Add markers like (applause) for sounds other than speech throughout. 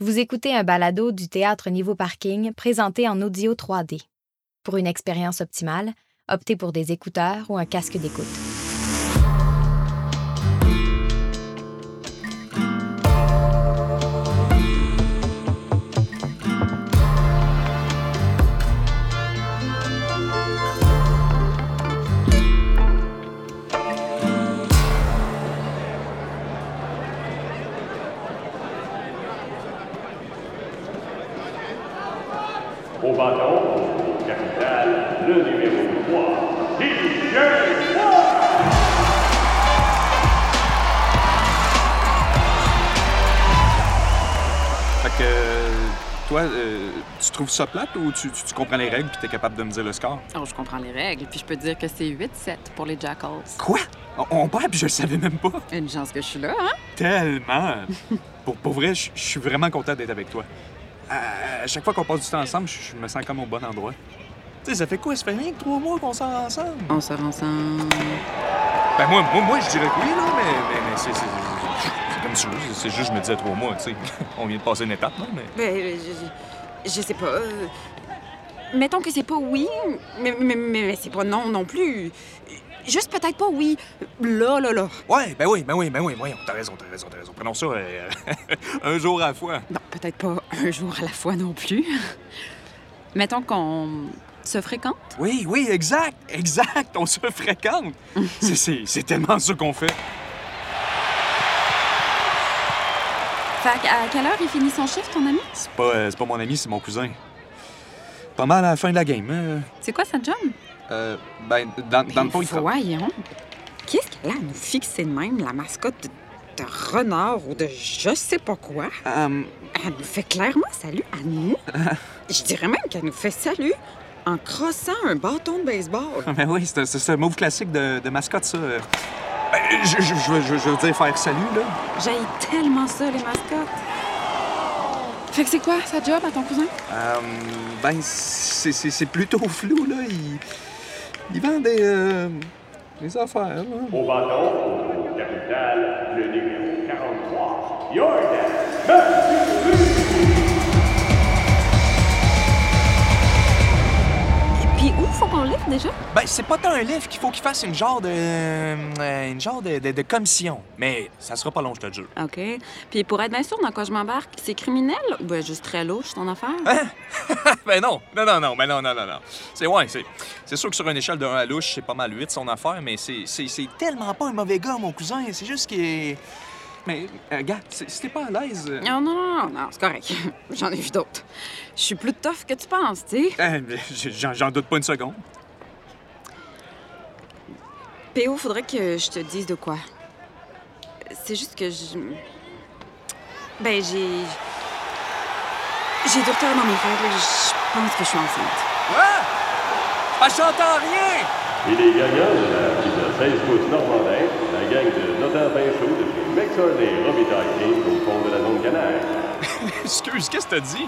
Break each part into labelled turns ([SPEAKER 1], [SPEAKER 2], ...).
[SPEAKER 1] Vous écoutez un balado du théâtre Niveau Parking présenté en audio 3D. Pour une expérience optimale, optez pour des écouteurs ou un casque d'écoute.
[SPEAKER 2] Au bâton, capital, le numéro 3, DJ
[SPEAKER 3] Fait que euh, toi, euh, tu trouves ça plate ou tu, tu- tu comprends les règles puis t'es capable de me dire le score?
[SPEAKER 4] Oh, je comprends les règles, puis je peux te dire que c'est 8-7 pour les Jackals.
[SPEAKER 3] Quoi? On, on perd puis je le savais même pas.
[SPEAKER 4] Une chance que je suis là, hein?
[SPEAKER 3] Tellement! pour, pour vrai, je je suis vraiment content d'être avec toi. À, à chaque fois qu'on passe du temps ensemble, je je me sens comme au bon endroit. Tu sais, ça fait quoi? Ça fait rien que trois mois qu'on sort ensemble?
[SPEAKER 4] On sort ensemble.
[SPEAKER 3] Ben moi, moi, moi je dirais que oui, là, mais, mais, mais c'est... c'est- c'est- c'est comme si je- c'est juste, je me disais trois mois, tu sais. (laughs) On vient de passer une étape, non? Mais...
[SPEAKER 4] Mais Ben, je, je sais pas. euh, Mettons que c'est pas oui, mais, mais, mais- mais c'est pas non non plus. Juste peut-être pas oui. Là, là, là.
[SPEAKER 3] Ouais, ben oui, ben oui, ben oui, voyons. T'as raison, t'as raison, t'as raison. Prenons ça euh, (laughs) un jour à la fois.
[SPEAKER 4] Non, peut-être pas un jour à la fois non plus. (laughs) Mettons qu'on se fréquente.
[SPEAKER 3] Oui, oui, exact, exact. On se fréquente. C'est- C'est c'est tellement ce qu'on fait.
[SPEAKER 4] Fait à quelle heure il finit son shift, ton ami?
[SPEAKER 3] C'est pas, euh, c'est pas mon ami, c'est mon cousin. Pas mal à la fin de la game. hein.
[SPEAKER 4] C'est quoi sa job?
[SPEAKER 3] Euh, ben, dans, dans le fond, il travaille.
[SPEAKER 4] Voyons. Qu'est-ce qu'elle a à nous fixer de même, la mascotte de, de renard ou de je sais pas quoi?
[SPEAKER 3] Euh,
[SPEAKER 4] Elle nous fait clairement salut à
[SPEAKER 3] (laughs)
[SPEAKER 4] nous. Je dirais même qu'elle nous fait salut en crossant un bâton de baseball.
[SPEAKER 3] ben oui, c'est un- c'est un move classique de, de mascotte, ça. Euh, ben, je, je, je veux- je veux- je veux dire faire salut, là.
[SPEAKER 4] J'aille tellement ça, les mascottes. Fait que c'est quoi sa job à ton cousin?
[SPEAKER 3] Euh, ben, c'est- c'est c'est plutôt flou, là. Il, il vend des, euh, des affaires, hein. là.
[SPEAKER 2] Au bâton, capital, le numéro 43, Jordan Mathieu.
[SPEAKER 4] Puis où faut qu'on livre déjà?
[SPEAKER 3] Ben, c'est pas tant un livre qu'il faut qu'il fasse une genre de. euh, une genre de, de- de commission. Mais ça sera pas long, je te jure. (laughs)
[SPEAKER 4] OK. Puis pour être bien sûr dans quoi je m'embarque, c'est criminel ou ben juste très louche ton affaire?
[SPEAKER 3] Hein? ben non, non, non, non, ben non, non, non, non. C'est ouais, c'est. C'est sûr que sur une échelle de 1 à louche, c'est pas mal 8 son affaire, mais c'est, c'est, c'est tellement pas un mauvais gars, mon cousin. C'est juste qu'il est. Mais, euh, gars, si si t'es pas à l'aise. (laughs) euh,
[SPEAKER 4] Non, non, non, non, non, c'est correct. (laughs) J'en ai vu d'autres. Je suis plus tough que tu penses, tu sais.
[SPEAKER 3] euh, j- j'en, j'en doute pas une seconde.
[SPEAKER 4] PO, faudrait que je te dise de quoi. C'est juste que je. Ben, j'ai. J'ai du retard dans mes règles. Je pense que je suis enceinte.
[SPEAKER 3] Ah! Ah, j'entends rien! (laughs)
[SPEAKER 2] Et les gagnants de la pizza 16 pouces normandin, la gang de Notre Pinchot de chez McSorley Robitaille au fond de la zone canaire.
[SPEAKER 3] Excuse, qu'est-ce que t'as dit?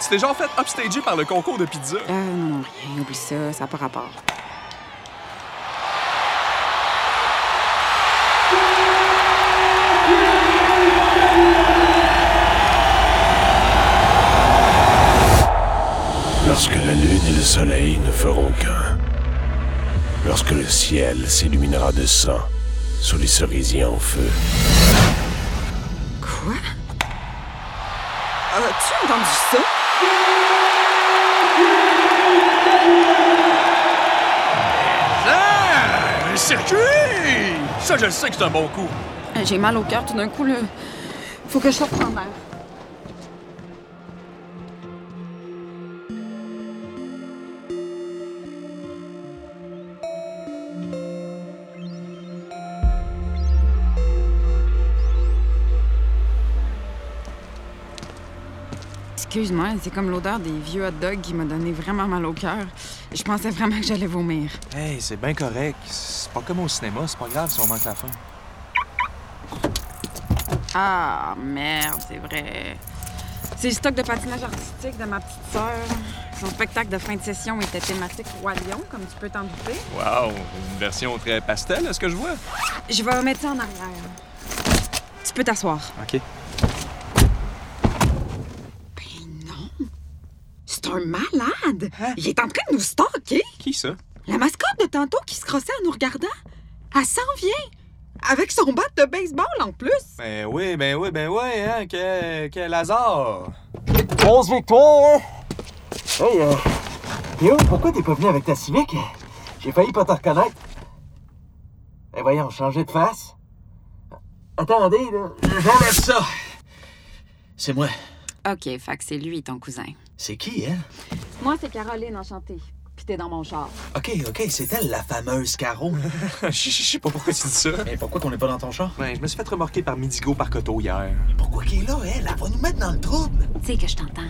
[SPEAKER 3] Tu t'es genre fait upstager par le concours de pizza.
[SPEAKER 4] Euh, non, non, rien. Oublie ça. Ça n'a pas rapport.
[SPEAKER 5] Lorsque la lune et le soleil ne feront qu'un. Lorsque le ciel s'illuminera de sang sous les cerisiers en feu.
[SPEAKER 4] Quoi? As-tu entendu ça?
[SPEAKER 3] Ah! Un circuit! Ça, je le sais que c'est un bon coup.
[SPEAKER 4] Euh, J'ai mal au cœur tout d'un coup, là. Faut que je sorte prendre l'air. Excuse-moi, c'est comme l'odeur des vieux hot dogs qui m'a donné vraiment mal au cœur. Je pensais vraiment que j'allais vomir.
[SPEAKER 3] Hey, c'est bien correct. C'est pas comme au cinéma, c'est pas grave si on manque la fin.
[SPEAKER 4] Ah, merde, c'est vrai. C'est le stock de patinage artistique de ma petite sœur. Son spectacle de fin de session était thématique Roi Lion, comme tu peux t'en douter.
[SPEAKER 3] Wow, une version très pastel, est-ce que je vois?
[SPEAKER 4] Je vais remettre ça en arrière. Tu peux t'asseoir.
[SPEAKER 3] OK.
[SPEAKER 4] un malade.
[SPEAKER 3] Hein?
[SPEAKER 4] Il est en train de nous stalker.
[SPEAKER 3] Qui ça?
[SPEAKER 4] La mascotte de tantôt qui se crossait en nous regardant, elle s'en vient. Avec son bat de baseball en plus.
[SPEAKER 3] Ben oui, ben oui, ben oui, hein, que, que Lazare. 11 victoires, hein?
[SPEAKER 6] Hey, euh, Léo, pourquoi t'es pas venu avec ta Civic? J'ai failli pas te reconnaître. Eh voyons, changer de face. Attendez, là.
[SPEAKER 7] J'enlève ça. C'est moi.
[SPEAKER 4] OK, fait que c'est lui, ton cousin.
[SPEAKER 7] C'est qui, hein?
[SPEAKER 4] Moi, c'est Caroline, enchantée. Puis t'es dans mon char.
[SPEAKER 7] OK, OK, c'est elle, la fameuse Caro.
[SPEAKER 3] (laughs) Je je- je sais pas pourquoi tu dis ça.
[SPEAKER 7] (laughs) Mais pourquoi qu'on n'est pas dans ton char?
[SPEAKER 3] Ben, je me suis fait remorquer par Midigo par Coteau hier.
[SPEAKER 7] Pourquoi qu'elle est là, elle? Elle va nous mettre dans le trouble.
[SPEAKER 4] Tu sais que je t'entends.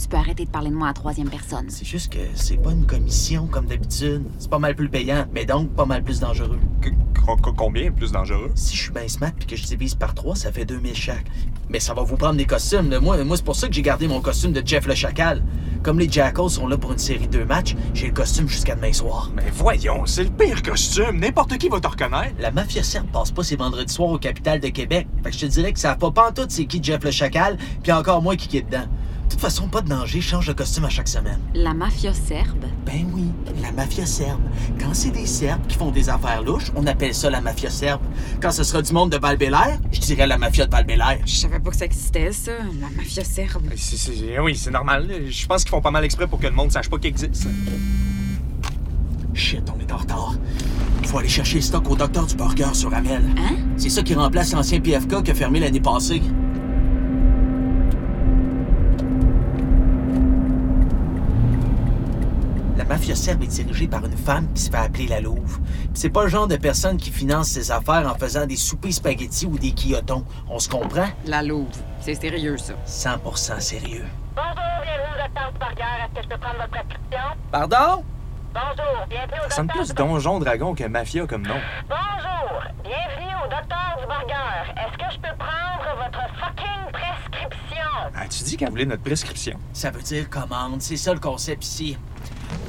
[SPEAKER 4] Tu peux arrêter de parler de moi à troisième personne.
[SPEAKER 7] C'est juste que c'est pas une commission comme d'habitude. C'est pas mal plus payant, mais donc pas mal plus dangereux.
[SPEAKER 3] Que- co- co- combien plus dangereux?
[SPEAKER 7] Si je suis bien smart puis que je divise par trois, ça fait 2000 chaque. Mais ça va vous prendre des costumes. là. Moi, moi c'est pour ça que j'ai gardé mon costume de Jeff le Chacal. Comme les Jackals sont là pour une série de deux matchs, j'ai le costume jusqu'à demain soir.
[SPEAKER 3] Mais Ben voyons, c'est le pire costume. N'importe qui va te reconnaître.
[SPEAKER 7] La mafia serbe passe pas ses vendredis soirs au capital de Québec. Fait que je te dirais que ça a pas pantoute c'est qui Jeff le Chacal, puis encore moins qui qui est dedans. De toute façon, pas de danger, change de costume à chaque semaine.
[SPEAKER 4] La mafia serbe?
[SPEAKER 7] Ben oui, la mafia serbe. Quand c'est des Serbes qui font des affaires louches, on appelle ça la mafia serbe. Quand ce sera du monde de val je dirais la mafia de val
[SPEAKER 4] Je savais pas que ça existait, ça. La mafia serbe.
[SPEAKER 3] Ben, C'est- c'est- oui, c'est normal. là. Je pense qu'ils font pas mal exprès pour que le monde sache pas qu'il existe.
[SPEAKER 7] Shit, on est en retard. Faut aller chercher le stock au docteur du burger sur Amel.
[SPEAKER 4] Hein?
[SPEAKER 7] C'est ça qui remplace l'ancien PFK qui a fermé l'année passée. La mafia serbe est dirigée par une femme qui se fait appeler la Louve. Puis C'est pas le genre de personne qui finance ses affaires en faisant des soupers spaghettis ou des quillotons. On se comprend?
[SPEAKER 4] La louve. C'est sérieux, ça.
[SPEAKER 7] 100% sérieux.
[SPEAKER 8] Bonjour, bienvenue au docteur Dupargueur. Est-ce que je peux prendre votre prescription?
[SPEAKER 7] Pardon?
[SPEAKER 8] Bonjour, bienvenue au
[SPEAKER 3] Ça sonne
[SPEAKER 8] docteur.
[SPEAKER 3] plus donjon dragon que mafia comme nom.
[SPEAKER 8] Bonjour, bienvenue au docteur Dupargueur. Est-ce que je peux prendre votre fucking prescription?
[SPEAKER 3] Ah, tu dis qu'elle voulait notre prescription.
[SPEAKER 7] Ça veut dire commande. C'est ça le concept ici.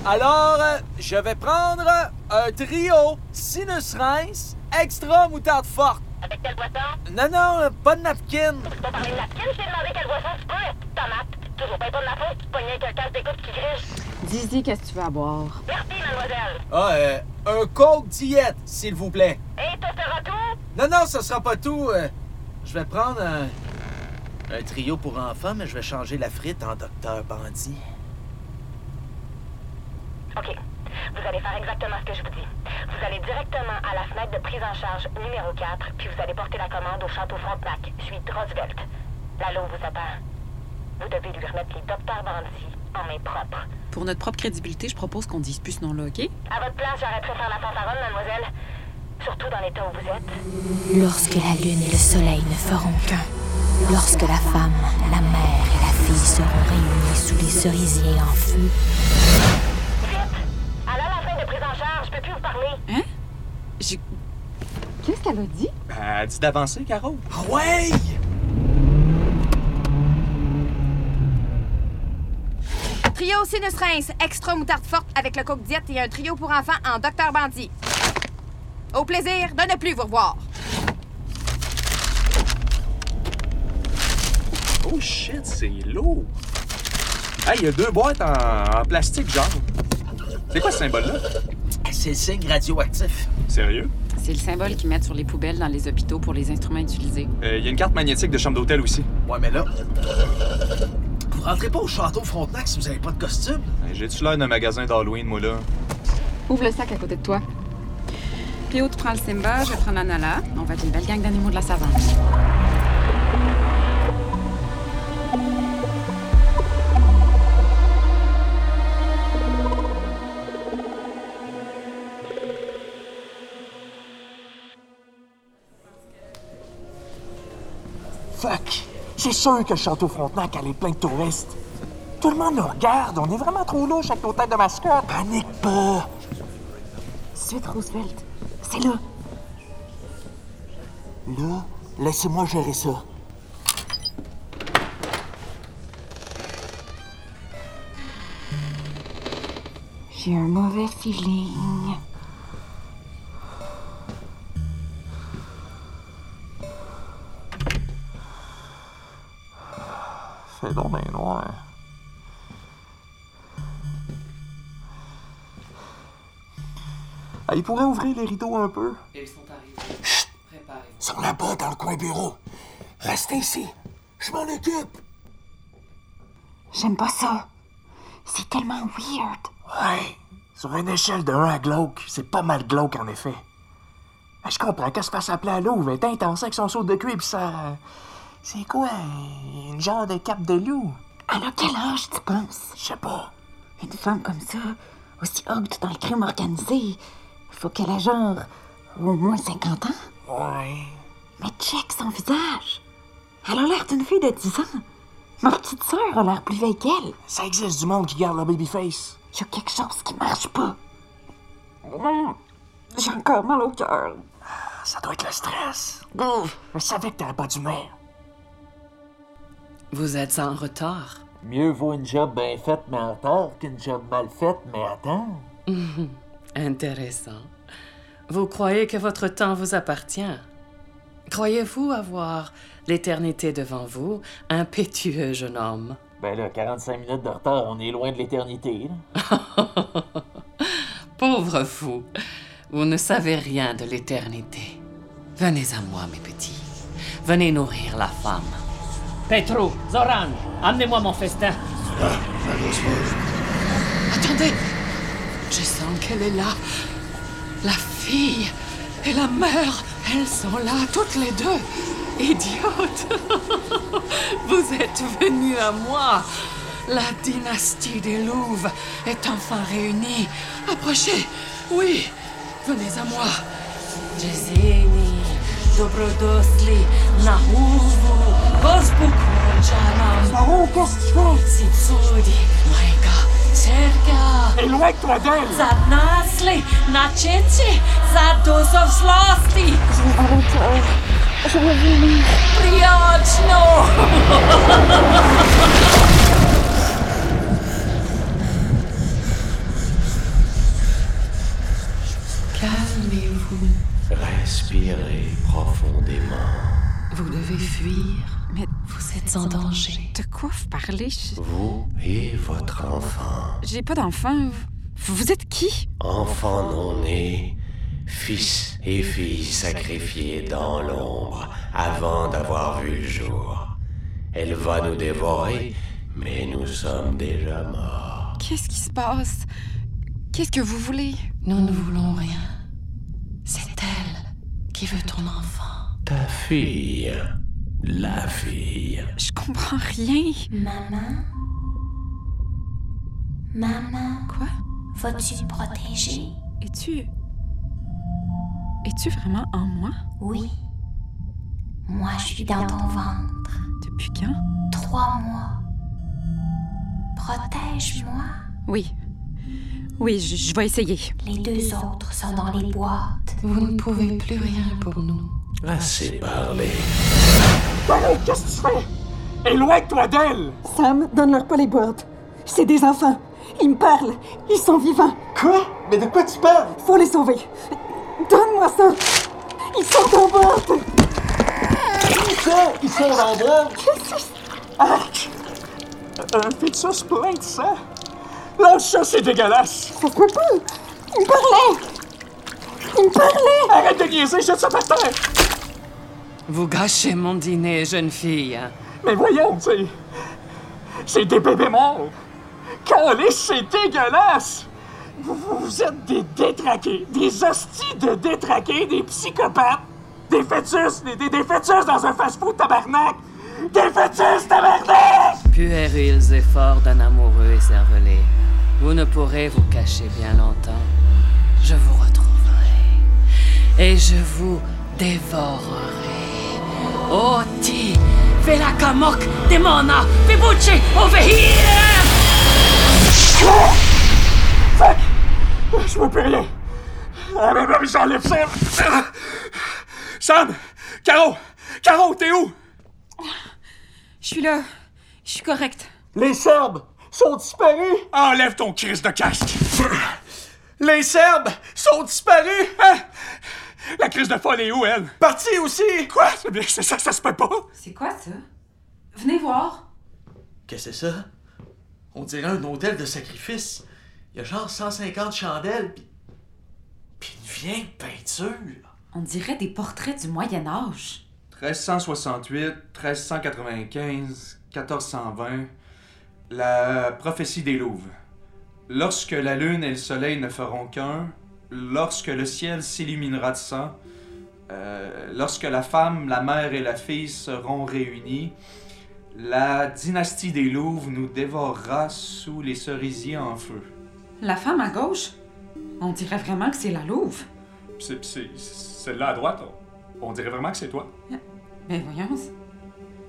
[SPEAKER 7] Alors, euh, je vais prendre euh, un trio sinus rince extra moutarde forte.
[SPEAKER 8] Avec quelle boisson?
[SPEAKER 7] Non, non, euh, pas de napkin.
[SPEAKER 8] Faut pas parler de napkin, je t'ai demandé quelle boisson tu prends, la petite tomate. Toujours pas de ma faute, tu te pognais avec un casque d'écoute qui griche.
[SPEAKER 4] Dis-y, qu'est-ce que tu veux avoir?
[SPEAKER 8] Merci, mademoiselle.
[SPEAKER 7] Ah, euh, un coke diète, s'il vous plaît.
[SPEAKER 8] Et ce sera tout?
[SPEAKER 7] Non, non, ça sera pas tout. euh, je vais prendre un... Un trio pour enfants, mais je vais changer la frite en docteur bandit.
[SPEAKER 8] OK. Vous allez faire exactement ce que je vous dis. Vous allez directement à la fenêtre de prise en charge numéro 4, puis vous allez porter la commande au château Frontenac, suite Roosevelt. La Louve vous attend. Vous devez lui remettre les docteurs Brandy en main propre.
[SPEAKER 4] Pour notre propre crédibilité, je propose qu'on dise plus ce nom-là, OK?
[SPEAKER 8] À votre place, j'arrêterai de faire la fanfaronne, mademoiselle. Surtout dans l'état où vous êtes.
[SPEAKER 9] Lorsque la lune et le soleil ne feront qu'un, lorsque la femme, la mère et la fille seront réunies sous les cerisiers en feu,
[SPEAKER 8] Vite! Allez à la fenêtre de prise en charge, je peux plus vous parler.
[SPEAKER 4] J'ai- Qu'est-ce qu'elle a dit?
[SPEAKER 3] Ben, elle dit d'avancer, Caro.
[SPEAKER 7] Ah ouais!
[SPEAKER 10] Trio sinus rince, extra moutarde forte avec le coke diète et un trio pour enfants en Docteur Bandit. Au plaisir de ne plus vous revoir.
[SPEAKER 3] Oh shit, c'est lourd. Hey, il y a deux boîtes en, en plastique, genre. C'est quoi ce symbole-là?
[SPEAKER 7] C'est le signe radioactif.
[SPEAKER 3] Sérieux?
[SPEAKER 4] C'est le symbole qu'ils mettent sur les poubelles dans les hôpitaux pour les instruments utilisés.
[SPEAKER 3] Euh, Il y a une carte magnétique de chambre d'hôtel aussi.
[SPEAKER 7] Ouais, mais là... Vous rentrez pas au château Frontenac si vous avez pas de costume.
[SPEAKER 3] Hey, J'ai-tu l'air d'un magasin d'Halloween, moi, là?
[SPEAKER 4] Ouvre le sac à côté de toi. Pio, tu prends le Simba, je prends la Nala. On va être une belle gang d'animaux de la savane.
[SPEAKER 6] Fuck! C'est sûr que le château Frontenac allait plein de touristes. Tout le monde nous regarde, on est vraiment trop louche avec nos têtes de mascotte. Panique pas!
[SPEAKER 4] Suite Roosevelt. C'est là.
[SPEAKER 6] Là, laissez-moi gérer ça.
[SPEAKER 4] J'ai un mauvais feeling.
[SPEAKER 6] C'est donc bien noir.
[SPEAKER 11] Ah, il pourrait ouvrir les rideaux un peu.
[SPEAKER 12] Ils sont arrivés. Préparez-vous.
[SPEAKER 7] Ils sont là-bas dans le coin bureau. Restez ici. Je m'en occupe.
[SPEAKER 4] J'aime pas ça. C'est tellement weird.
[SPEAKER 7] Ouais. Sur une échelle de 1 à glauque, c'est pas mal glauque en effet. Mais Je comprends qu'elle se fasse appeler à l'eau, elle est intense avec son saut de cuir pis ça. C'est quoi? Une genre de cape de loup?
[SPEAKER 4] Elle a quel âge, tu penses?
[SPEAKER 7] Je sais pas.
[SPEAKER 4] Une femme comme ça, aussi haute dans le crime organisé, faut qu'elle ait genre au moins 50 ans.
[SPEAKER 7] Ouais.
[SPEAKER 4] Mais check son visage. Elle a l'air d'une fille de 10 ans. Ma petite sœur a l'air plus vieille qu'elle.
[SPEAKER 7] Ça existe du monde qui garde leur babyface.
[SPEAKER 4] Il y a quelque chose qui marche pas.
[SPEAKER 7] Mm.
[SPEAKER 4] J'ai encore mal au cœur.
[SPEAKER 7] Ah, Ça doit être le stress.
[SPEAKER 12] Go!
[SPEAKER 7] Je savais que t'avais pas d'humeur.
[SPEAKER 12] Vous êtes en retard.
[SPEAKER 7] Mieux vaut une job bien faite mais en retard qu'une job mal faite mais à temps.
[SPEAKER 12] Intéressant. Vous croyez que votre temps vous appartient. Croyez-vous avoir l'éternité devant vous, impétueux jeune homme? (laughs)
[SPEAKER 7] Ben là, 45 minutes de retard, on est loin de l'éternité. là.
[SPEAKER 12] Pauvre fou, vous ne savez rien de l'éternité. Venez à moi, mes petits. Venez nourrir la femme.
[SPEAKER 13] Petro, Zoran, amenez-moi mon festin.
[SPEAKER 12] Attendez, je sens qu'elle est là. La fille et la mère, elles sont là, toutes les deux. Idiotes (laughs) Vous êtes venus à moi. La dynastie des Louves est enfin réunie. Approchez, oui, venez à moi. Jezini, Dobrodosli, Nahuvu, Vosbukurjanam. Sitsudi, Maika, Serka.
[SPEAKER 7] Éloigne-toi d'elle!
[SPEAKER 12] Zadnasli, Nachinci, Zaduzovslosti. Priochno. Calmez-vous,
[SPEAKER 5] Respirez profondément.
[SPEAKER 12] vous devez fuir.
[SPEAKER 4] Mais
[SPEAKER 12] Vous êtes en danger.
[SPEAKER 4] de quoi vous parlez? Je-
[SPEAKER 5] Vous et votre enfant.
[SPEAKER 4] J'ai pas d'enfant. Vous vous êtes qui?
[SPEAKER 5] Enfants non nés, fils et filles sacrifiés dans l'ombre avant d'avoir vu le jour. Elle va nous dévorer, mais nous sommes déjà morts.
[SPEAKER 4] Qu'est-ce qui se passe? Qu'est-ce que vous voulez?
[SPEAKER 12] Nous ne voulons rien. C'est elle qui veut ton enfant.
[SPEAKER 5] Ta fille, la fille.
[SPEAKER 4] Je comprends rien.
[SPEAKER 14] Maman? Maman,
[SPEAKER 4] Quoi?
[SPEAKER 14] vas-tu me protéger?
[SPEAKER 4] Es-tu. Es-tu vraiment en moi?
[SPEAKER 14] Oui. Moi, je suis dans ton ventre.
[SPEAKER 4] Depuis quand?
[SPEAKER 14] Trois mois. Protège-moi.
[SPEAKER 4] Oui. Oui, je, je vais essayer.
[SPEAKER 14] Les deux autres sont dans les boîtes.
[SPEAKER 12] Vous ne pouvez plus rien pour nous.
[SPEAKER 5] Assez parlé.
[SPEAKER 7] Qu'est-ce que tu fais? Éloigne-toi d'elle!
[SPEAKER 8] Sam, donne-leur pas les boîtes. C'est des enfants. Ils me parlent. Ils sont vivants.
[SPEAKER 7] Quoi? Mais de quoi tu parles?
[SPEAKER 8] Faut les sauver. Donne-moi ça. Ils sont en boîte.
[SPEAKER 7] Ça, ils sont dans le Arc! Ah, Un fœtus plein de sang? Lâche ça, c'est dégueulasse!
[SPEAKER 8] Ça se peut pas. Ils me parlaient. Ils me parlaient.
[SPEAKER 7] Arrête de niaiser, jette ça par terre!
[SPEAKER 12] Vous gâchez mon dîner, jeune fille.
[SPEAKER 7] Mais voyons, c'est. C'est des bébés morts! Calais, c'est dégueulasse! Vous, vous- vous êtes des détraqués, des hosties de détraqués, des psychopathes, des fœtus, des, des, des fœtus dans un fast-food tabarnak! Des fœtus tabarnak!
[SPEAKER 12] Puérils efforts d'un amoureux écervelé. Vous ne pourrez vous cacher bien longtemps. Je vous retrouverai. Et je vous dévorerai. Oti, Velakamok, Demona, Vibuchi, Ovehir!
[SPEAKER 7] Fuck! Je vois plus rien. Ah, mais, mais j'enlève ça. Ah! Sam! Caro! Caro, t'es où?
[SPEAKER 4] Je suis là. Je suis correcte.
[SPEAKER 7] Les Serbes sont disparus! Enlève ton crise de casque! Les Serbes sont disparus! Hein? La crise de folle est où, elle? Partie aussi! Quoi? C'est bien- c'est Ça, ça se peut pas!
[SPEAKER 4] C'est quoi ça? Venez voir.
[SPEAKER 15] Qu'est-ce que c'est ça? On dirait un hôtel de sacrifice. Il y a genre 150 chandelles, pis. pis une
[SPEAKER 16] vieille peinture.
[SPEAKER 17] On dirait des portraits du Moyen Âge.
[SPEAKER 3] 1368, 1395, 1420. La prophétie des Louves. Lorsque la lune et le soleil ne feront qu'un, lorsque le ciel s'illuminera de sang, euh, lorsque la femme, la mère et la fille seront réunies, la dynastie des Louves nous dévorera sous les cerisiers en feu.
[SPEAKER 17] La femme à gauche, on dirait vraiment que c'est la louve.
[SPEAKER 3] C'est- c'est- Celle-là à droite, on- on dirait vraiment que c'est toi.
[SPEAKER 17] Mais voyons,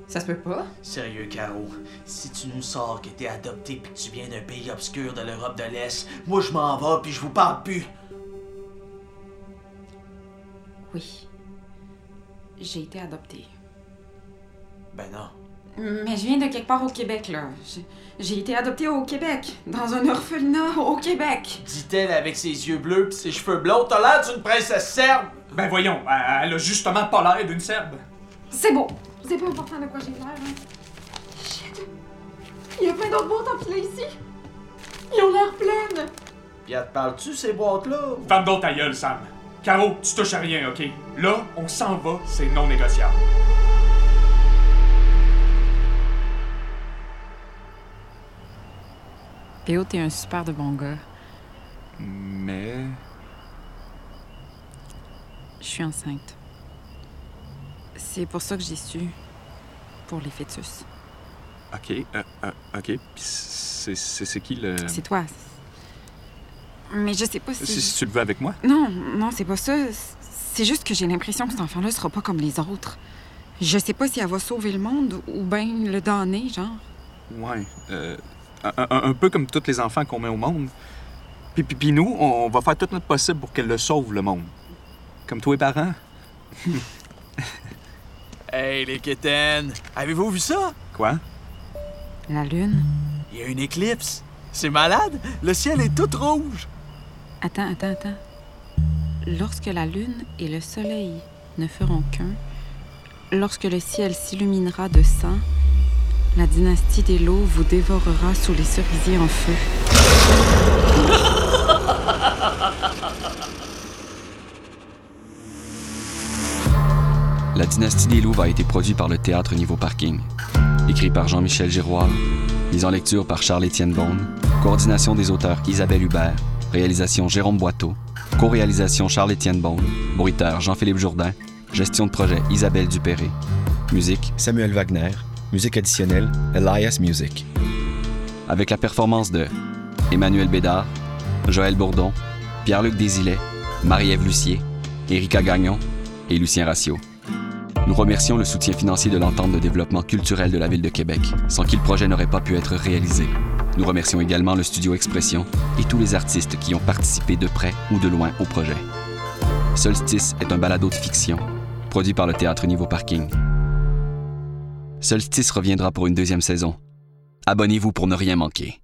[SPEAKER 17] ça se peut pas.
[SPEAKER 16] Sérieux, Caro, si tu nous sors que t'es adopté puis que tu viens d'un pays obscur de l'Europe de l'Est, moi je m'en vais puis je vous parle plus.
[SPEAKER 17] Oui. J'ai été adoptée.
[SPEAKER 16] Ben non.
[SPEAKER 17] Mais je viens de quelque part au Québec, là. J'ai- J'ai été adoptée au Québec, dans un orphelinat au Québec.
[SPEAKER 16] Dit-elle avec ses yeux bleus pis ses cheveux blonds, t'as l'air d'une princesse serbe!
[SPEAKER 3] Ben voyons, elle a justement pas l'air d'une serbe.
[SPEAKER 17] C'est beau. C'est pas important de quoi j'ai l'air, hein. Shit. Il y a plein d'autres boîtes empilées ici. Ils ont l'air pleines.
[SPEAKER 16] Pis elle te parle-tu ces boîtes-là?
[SPEAKER 3] Ferme donc ta gueule, Sam. Caro, tu touches à rien, OK? Là, on s'en va, c'est non négociable.
[SPEAKER 4] Théo, t'es un super de bon gars.
[SPEAKER 3] Mais...
[SPEAKER 4] Je suis enceinte. C'est pour ça que j'ai su. Pour les fœtus.
[SPEAKER 3] OK, euh, euh, OK. Puis c'est c'est- c'est qui le...
[SPEAKER 4] C'est toi. Mais je sais pas si.
[SPEAKER 3] Si, si tu le veux avec moi?
[SPEAKER 4] Non, non, c'est pas ça. C'est juste que j'ai l'impression que cet enfant-là sera pas comme les autres. Je sais pas si elle va sauver le monde ou bien le damner, genre.
[SPEAKER 3] Ouais. euh, un, un- un peu comme tous les enfants qu'on met au monde. Puis, puis, puis nous, on va faire tout notre possible pour qu'elle le sauve, le monde. Comme tous les parents.
[SPEAKER 16] Hey les quétaines, avez-vous vu ça?
[SPEAKER 3] Quoi?
[SPEAKER 4] La lune.
[SPEAKER 16] Il y a une éclipse. C'est malade, le ciel est tout rouge.
[SPEAKER 4] Attends, attends, attends. Lorsque la lune et le soleil ne feront qu'un, lorsque le ciel s'illuminera de sang, la dynastie des Loups vous dévorera sous les cerisiers en feu.
[SPEAKER 7] La dynastie des Louves a été produit par le Théâtre Niveau Parking. Écrit par Jean-Michel Giroir, mise en lecture par Charles-Étienne Vaughan, coordination des auteurs Isabelle Hubert, réalisation Jérôme Boiteau, co-réalisation Charles-Étienne Vaughan, bruiteur Jean-Philippe Jourdain, gestion de projet Isabelle Dupéré, musique Samuel Wagner, musique additionnelle Elias Music. Avec la performance de Emmanuel Bédard, Joël Bourdon, Pierre-Luc Desilets, Marie-Ève Lucier, Erika Gagnon et Lucien Ratio. Nous remercions le soutien financier de l'entente de développement culturel de la Ville de Québec, sans qui le projet n'aurait pas pu être réalisé. Nous remercions également le studio Expression et tous les artistes qui ont participé de près ou de loin au projet. Solstice est un balado de fiction, produit par le Théâtre Niveau Parking. Solstice reviendra pour une deuxième saison. Abonnez-vous pour ne rien manquer.